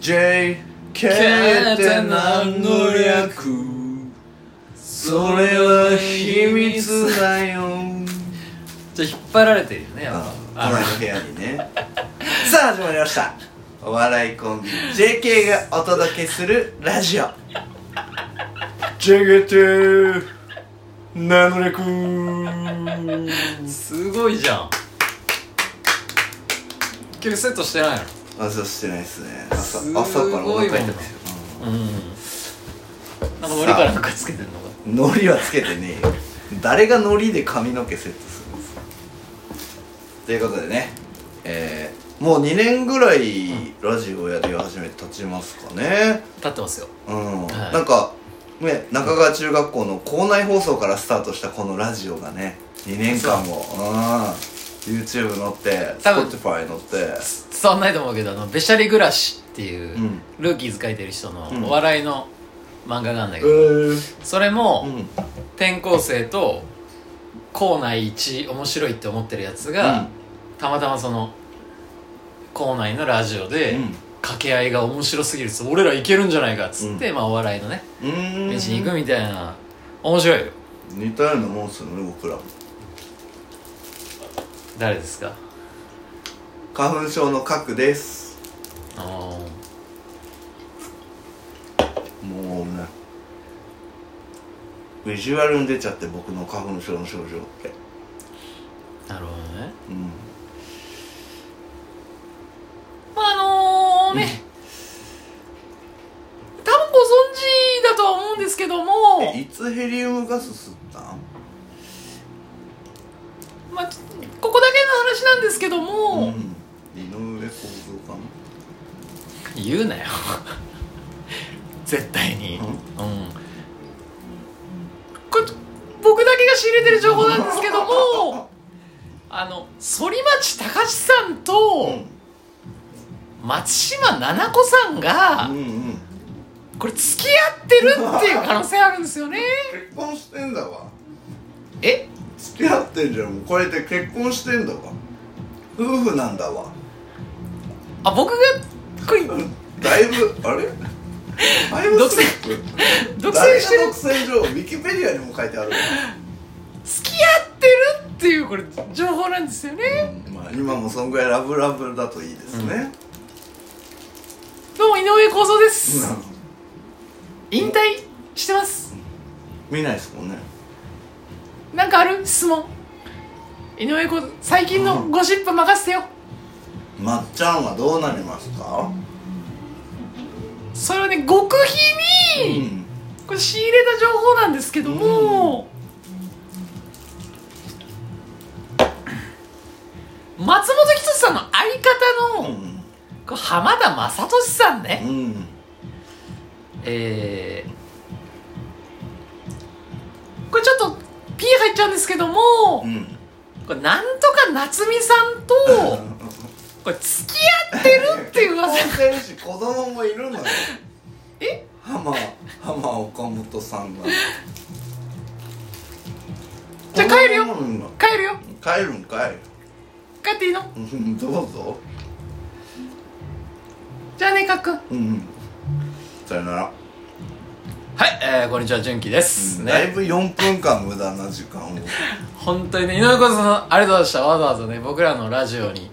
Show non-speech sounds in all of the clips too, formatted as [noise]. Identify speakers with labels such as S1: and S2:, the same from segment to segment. S1: JK って何の略それは秘密だよ
S2: ちょっと引っ張られてるよねやっぱ
S1: 俺の部屋にねさあ始まりましたお笑いコンビ JK がお届けするラジオ JK って何の略
S2: すごいじゃん結局セットしてないの
S1: 朝してないですね朝
S2: すごい
S1: 朝からお腹痛いんですよ
S2: うんなんかノリからなんかつけてるのが
S1: ノリはつけてねえよ誰がノリで髪の毛セットするんですかということでねえー、もう2年ぐらいラジオやり始めて経ちますかね
S2: 立ってますよ
S1: うん、
S2: はい
S1: なんかね中川中学校の校内放送からスタートしたこのラジオがね2年間もうん YouTube 乗って
S2: 多分
S1: Spotify 乗って
S2: 伝わんないと思うけどあの「べしゃり暮らし」っていう、
S1: うん
S2: ルーキーズ書いてる人の
S1: うん
S2: お笑いの漫画があるんだけ
S1: え
S2: ど、
S1: ー
S2: それも、
S1: うん
S2: 転校生と校内一面白いって思ってるやつが、
S1: うん
S2: たまたまその校内のラジオで、
S1: うん
S2: 掛け合いが面白すぎるっつって俺らいけるんじゃないかっつって、まあお笑いのね
S1: うーん
S2: 道に行くみたいな面白いよ
S1: 似たようなもんっすよね僕らも
S2: 誰ですか
S1: 花粉症の核です
S2: あ
S1: もうねビジュアルに出ちゃって僕の花粉症の症状って
S2: ーなるほどね
S1: うん
S2: まああのー、ね、多分ご存知だとは思うんですけども
S1: えいつヘリウムガス吸ったん
S2: まあちここだけの話なんですけども、
S1: うん井上公造か
S2: 言うなよ絶対に
S1: うん
S2: うんこれ僕だけが仕入れてる情報なんですけどもあの反町隆史さん
S1: な
S2: と松島菜々子さんが
S1: うんうんうん
S2: これ付き合ってるっていう可能性あるんですよね
S1: 結婚してんだわ
S2: え
S1: 付き合ってんじゃんもうこれで結婚してんだわ夫婦なんだわ
S2: あ僕がこれ
S1: だいぶあれだいぶ
S2: 独占
S1: スリップ
S2: 独占してる
S1: だいぶ独占上ウィキペディアにも書いてあるわ
S2: 付き合ってるっていうこれ情報なんですよね
S1: まあ今もそんぐらいラブラブだといいですね、
S2: どうも井上公造で
S1: う
S2: す
S1: ん
S2: 引退してます
S1: 見ないですもんね
S2: なんかある質問井上子最近のゴシップ任せてよ
S1: まっちゃんはどうなりますか
S2: それはね極秘に、
S1: ん
S2: これ仕入れた情報なんですけども、松本人志さんの相方
S1: う
S2: の、
S1: ん
S2: これ浜田雅俊さんね、
S1: うん
S2: えーこれちょっと P 入っちゃうんですけども、
S1: うん
S2: これなんとか夏美さんと、これ付き合ってるっていう噂
S1: 結婚してるし子供もいるのよ
S2: え
S1: 浜浜岡本さんが
S2: じゃあ帰るよ
S1: 子供もいるの
S2: 帰るよ
S1: 帰るんかい
S2: 帰っていいの
S1: うんどうぞ
S2: じゃあねかっくんはい
S1: うんさよなら、
S2: えー、こんにちは純喜です、
S1: うん
S2: ね
S1: だいぶ4分間無駄な時間を
S2: 本当にね井上こそありがとうございましたわざわざね僕らのラジオに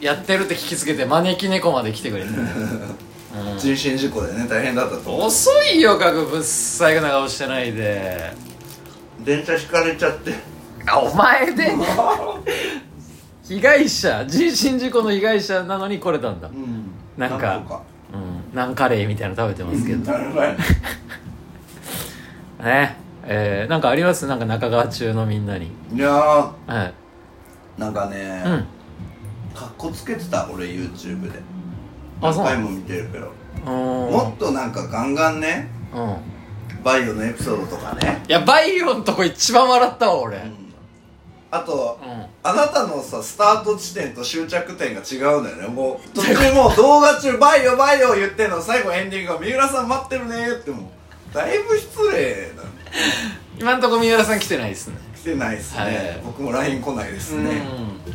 S2: やってるって聞きつけて招き猫まで来てくれて
S1: 人身事故でね大変だったと思
S2: 遅いよかっくんぶっさいくな顔してないで
S1: う電車引かれちゃって
S2: あお前で被害者人身事故の被害者なのに来れたんだ
S1: うん
S2: なんか
S1: んとか
S2: うんナンカレーみたいなの食べてますけど
S1: なるほど
S2: ねえー、なんかありますなんか中川中のみんなに
S1: いやー
S2: はい
S1: なんかね、
S2: うん
S1: かっこつけてた俺 YouTube で
S2: あ
S1: 何
S2: そうな
S1: 回
S2: の
S1: も見てるけども
S2: も
S1: っとなんかガンガンね
S2: うん
S1: バイオのエピソードとかね、
S2: いやバイオンとこ一番笑ったわ俺う
S1: うんん、あとあなたのさスタート地点と終着点が違うんだよねもう途中もう動画中 [laughs] バイオバイオ言ってんの最後エンディングが三浦さん待ってるねーってもうだいぶ失礼な
S2: 今んとこ三浦さん来てないですね
S1: 来てないですね、
S2: はい
S1: 僕も LINE 来ないですね、
S2: うん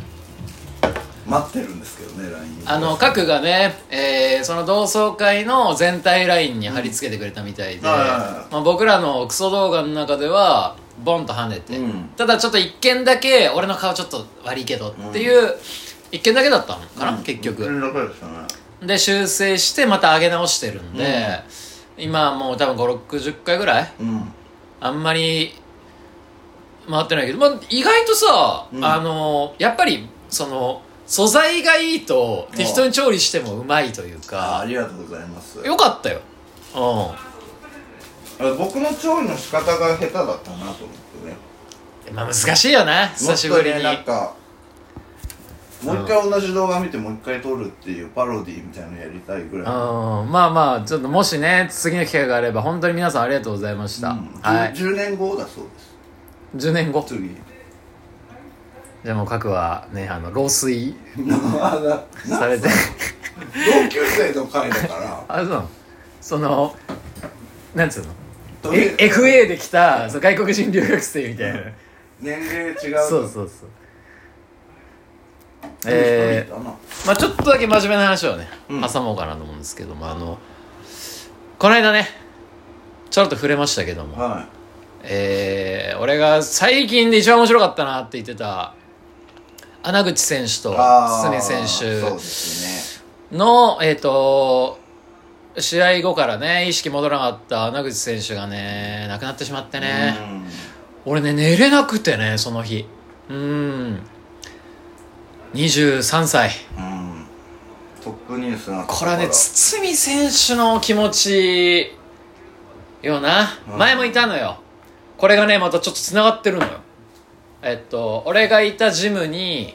S1: 待ってるんですけどね LINE
S2: あの各がね、えーその同窓会の全体ラインに貼り付けてくれたみたいで、
S1: うんはいはいは
S2: まあ、僕らのクソ動画の中ではボンと跳ねて、
S1: うん
S2: ただちょっと一件だけ俺の顔ちょっと悪いけどっていう、一件だけだったのかな、結局、
S1: 連絡でしたね
S2: で修正してまた上げ直してるんで、今もう多分560回ぐらい
S1: うん
S2: あんまり回ってないけど、まあ、意外とさ、
S1: うん
S2: あのやっぱりその素材がいいと
S1: うん
S2: 適当に調理してもうまいという
S1: ああ
S2: か
S1: りがとうございます
S2: よかったよう
S1: あ僕の調理の仕方が下手だったなと思ってね
S2: んまあ難しいよね久しぶり
S1: もっ
S2: に、
S1: とねなんかもう一回同じ動画見てもう一回撮るっていうパロディみたいなのやりたいぐ
S2: うん
S1: らい
S2: まあまあちょっともしね次の機会があれば本当に皆さんありがとうございました、
S1: うん
S2: はい
S1: 10 10年後だそうです
S2: 10年後
S1: 次
S2: じゃあもう各はねあの老衰
S1: あな
S2: されて
S1: 同級生の会だから
S2: [laughs] あそうそのなんつうの
S1: とりあ
S2: え
S1: えず
S2: FA で来たそう外国人留学生みたいな
S1: 年齢違う
S2: そうそうそうえ
S1: ー、
S2: ー、まあちょっとだけ真面目な話をね、
S1: うん
S2: 挟もうかなと思うんですけどもあのこの間ねちょろっと触れましたけども、
S1: は
S2: えー、俺が最近で一番面白かったなって言ってた穴口選手と
S1: いあー
S2: 堤選
S1: そう
S2: 手
S1: ですね
S2: の、えっ、と、試合後からね、意識戻らなかった穴口選手がね、亡くなってしまってね、俺ね、寝れなくてね、その日。うーん。23歳。
S1: うん、うん、トップニュースな
S2: これはね、堤選手の気持ち、よな。
S1: うん
S2: 前もいたのよ。これがね、またちょっと繋がってるのよ。えっと、俺がいたジムに、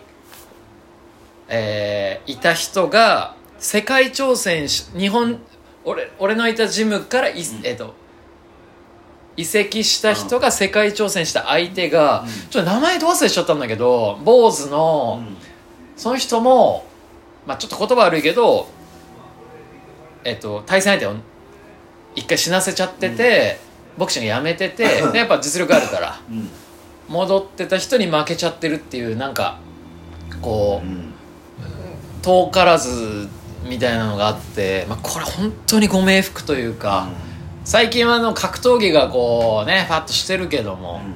S2: えー、いた人が、世界挑戦し、日本、俺、俺のいたジムからい、えっと、移籍した人が世界挑戦した相手が、
S1: うん
S2: ちょっと名前どう忘れしちゃったんだけど、坊主の、
S1: うん
S2: その人も、まあ、ちょっと言葉悪いけど、えっと、対戦相手を一回死なせちゃってて、ボクシングやめてて
S1: [laughs]
S2: でやっぱ実力あるから
S1: うん
S2: 戻ってた人に負けちゃってるっていうなんかこ
S1: うん
S2: う遠からずみたいなのがあって、まあ、これ本当にご冥福というか、最近はあの格闘技がこうねパッとしてるけど
S1: う
S2: も、
S1: ん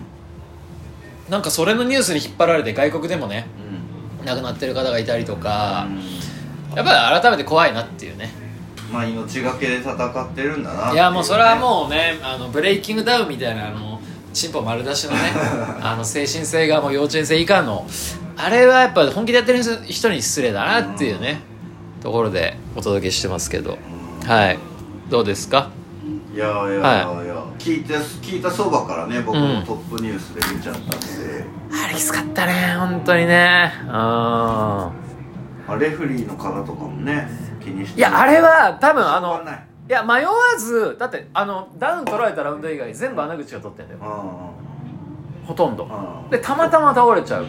S2: なんかそれのニュースに引っ張られて外国でもね
S1: うん
S2: 亡くなってる方がいたりとか
S1: う、ん
S2: やっぱり改めて怖いなっていうね
S1: まあ命がけで戦ってるんだなってい
S2: いやもうそれはもうねあのブレイキングダウンみたいなあのチンポ丸出しの [laughs] ねあの精神性がもう幼稚園生以下のあれはやっぱ本気でやってる人に失礼だなっていうねところでお届けしてますけどはいどうですか
S1: ういやいやいや、
S2: はい
S1: や聞いて聞いたそばからね僕もトップニュースで見ちゃったんで、
S2: あれきつかったね本当にねう
S1: まあレフリーの方とかもね気にして
S2: んいやあれは多分
S1: わ
S2: あ
S1: か
S2: の
S1: んない
S2: いや迷わずだってあのダウン取られたラウンド以外全部穴口が取ってんだよ
S1: う
S2: ほとんど
S1: んうん
S2: でたまたま倒れちゃうっ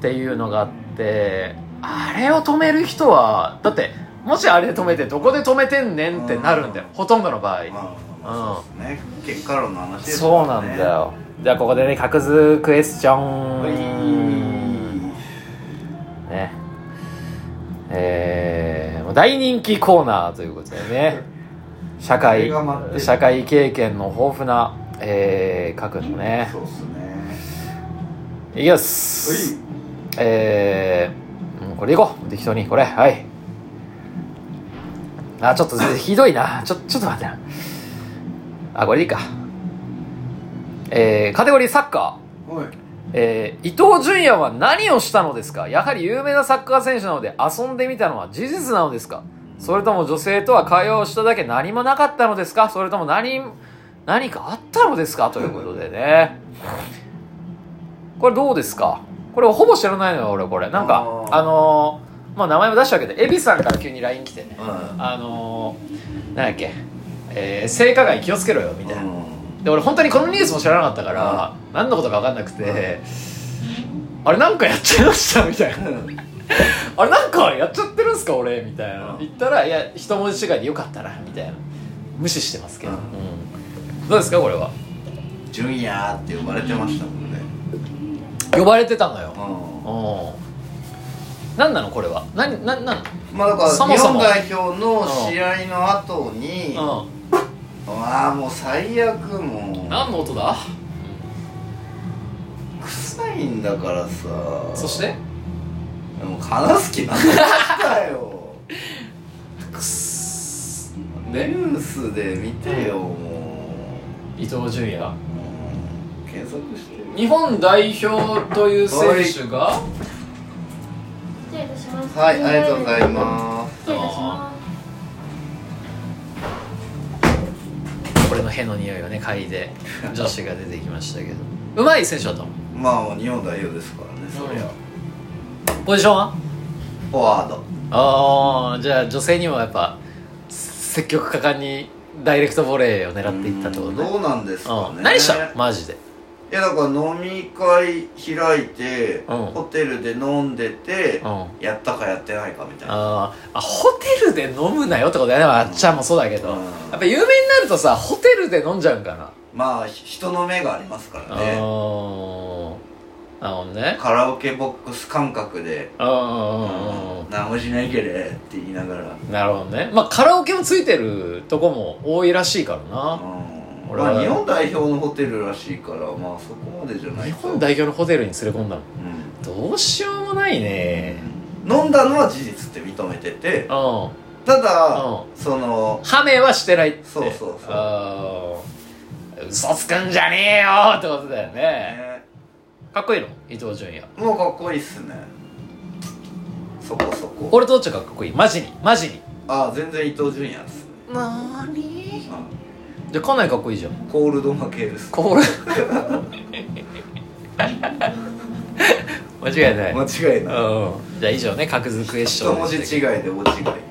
S2: ていうのがあってあれを止める人はだってもしあれで止めてどこで止めてんねんってなるんだよほとんどの場合
S1: まあまあまあそうですね結果論の話です
S2: そうなんだよじゃあここでね格図クエスチョ
S1: はい
S2: ンねえー、もう大人気コーナーということでね社
S1: こ
S2: 会
S1: れが待ってる
S2: 社会経験の豊富な、えー、格のね
S1: そうっすね
S2: いきますえー、うんこれいこう適当にこれはいあちょっとひどいなちょちょっと待ってなあこれでいいかえー、カテゴリーサッカー
S1: おいおい
S2: えー、伊東純也は何をしたのですかやはり有名なサッカー選手なので遊んでみたのは事実なのですかそれとも女性とは会話をしただけ何もなかったのですかそれとも何、何かあったのですかということでね。これどうですかこれほぼ知らないのよ、俺これ。なんか、
S1: あー
S2: あのー、まあ名前も出したけど、エビさんから急に LINE 来てね。
S1: う
S2: あのー、なんだっけ、えー、性加害気をつけろよ、みたいな。
S1: ん
S2: で俺本当にこのニュースも知らなかったから、何のことか分かんなくて、あれなんかやっちゃいましたみたい [laughs] なあれなんかやっちゃってるんすか俺みたいな、
S1: うん
S2: 言ったらいや一文字違いでよかったなみたいな無視してますけど、
S1: うん
S2: うんどうですかこれは
S1: 純也って呼ばれてましたもんね
S2: 呼ばれてたのよ、
S1: う
S2: うん何なのこれは何何何
S1: まあだから
S2: そも
S1: 日
S2: そも
S1: 本代表の試合の後にあ
S2: のう
S1: あもう最悪も
S2: ん何の音だ
S1: う臭いんだからさ
S2: そして
S1: でも話す気なかったよ
S2: [laughs] くっす
S1: ニュースで見てよも
S2: 伊東純也
S1: う、うん検索してよ
S2: 日本代表という選手が、
S3: 失礼いたします。
S1: はいありがとうございます
S3: 失礼いたします。
S2: これの屁の匂いがね嗅い [laughs] で女子が出てきましたけどうまい選手だったもん
S1: まあもう日本代表ですからねそりゃ、
S2: うんポジションは
S1: フォワード
S2: ああじゃあ女性にもやっぱ積極果敢にダイレクトボレーを狙っていったってこと
S1: うん
S2: ね
S1: どうなんですか
S2: う
S1: ね
S2: ん何したのマジで
S1: いやだから飲み会開いて、
S2: うん
S1: ホテルで飲んでて、
S2: うんあ
S1: やったかやってないかみたいな
S2: ーあホテルで飲むなよってことだよねまああっちゃんもそうだけど、
S1: うん
S2: やっぱ有名になるとさホテルで飲んじゃうんかな、
S1: まあひ人の目がありますか
S2: あ
S1: ら
S2: ー
S1: ね
S2: なるほどね
S1: カラオケボックス感覚で
S2: う
S1: 「
S2: ん
S1: う
S2: うんうんうん
S1: ん何もしないけれ」って言いながら
S2: なるほどねまあカラオケもついてるとこも多いらしいからな
S1: うん
S2: 俺
S1: ま
S2: は
S1: あ日本代表のホテルらしいからまあそこまでじゃない
S2: 日
S1: と
S2: 本代表のホテルに連れ込んだのどうしようもないね
S1: うん飲んだのは事実って認めてて
S2: うんハ
S1: ただ
S2: う
S1: その
S2: メはしてないって
S1: そうそうそう
S2: あー嘘つくんじゃねえよってことだよね
S1: ね
S2: かっこいいの伊藤純也
S1: もうかっこいいっすねそこそこ
S2: 俺とどっちがかっこいいマジにマジに
S1: ああ全然伊藤純也っすね
S2: なーに
S1: う
S2: じゃあかなりかっこいいじゃん
S1: んコールド負けです
S2: [laughs] これ間違いない
S1: 間違いない
S2: うんじゃあ以上ね格付クエスチョ
S1: 一
S2: ンで
S1: 文
S2: したけ
S1: 字違い
S2: ど
S1: で大違い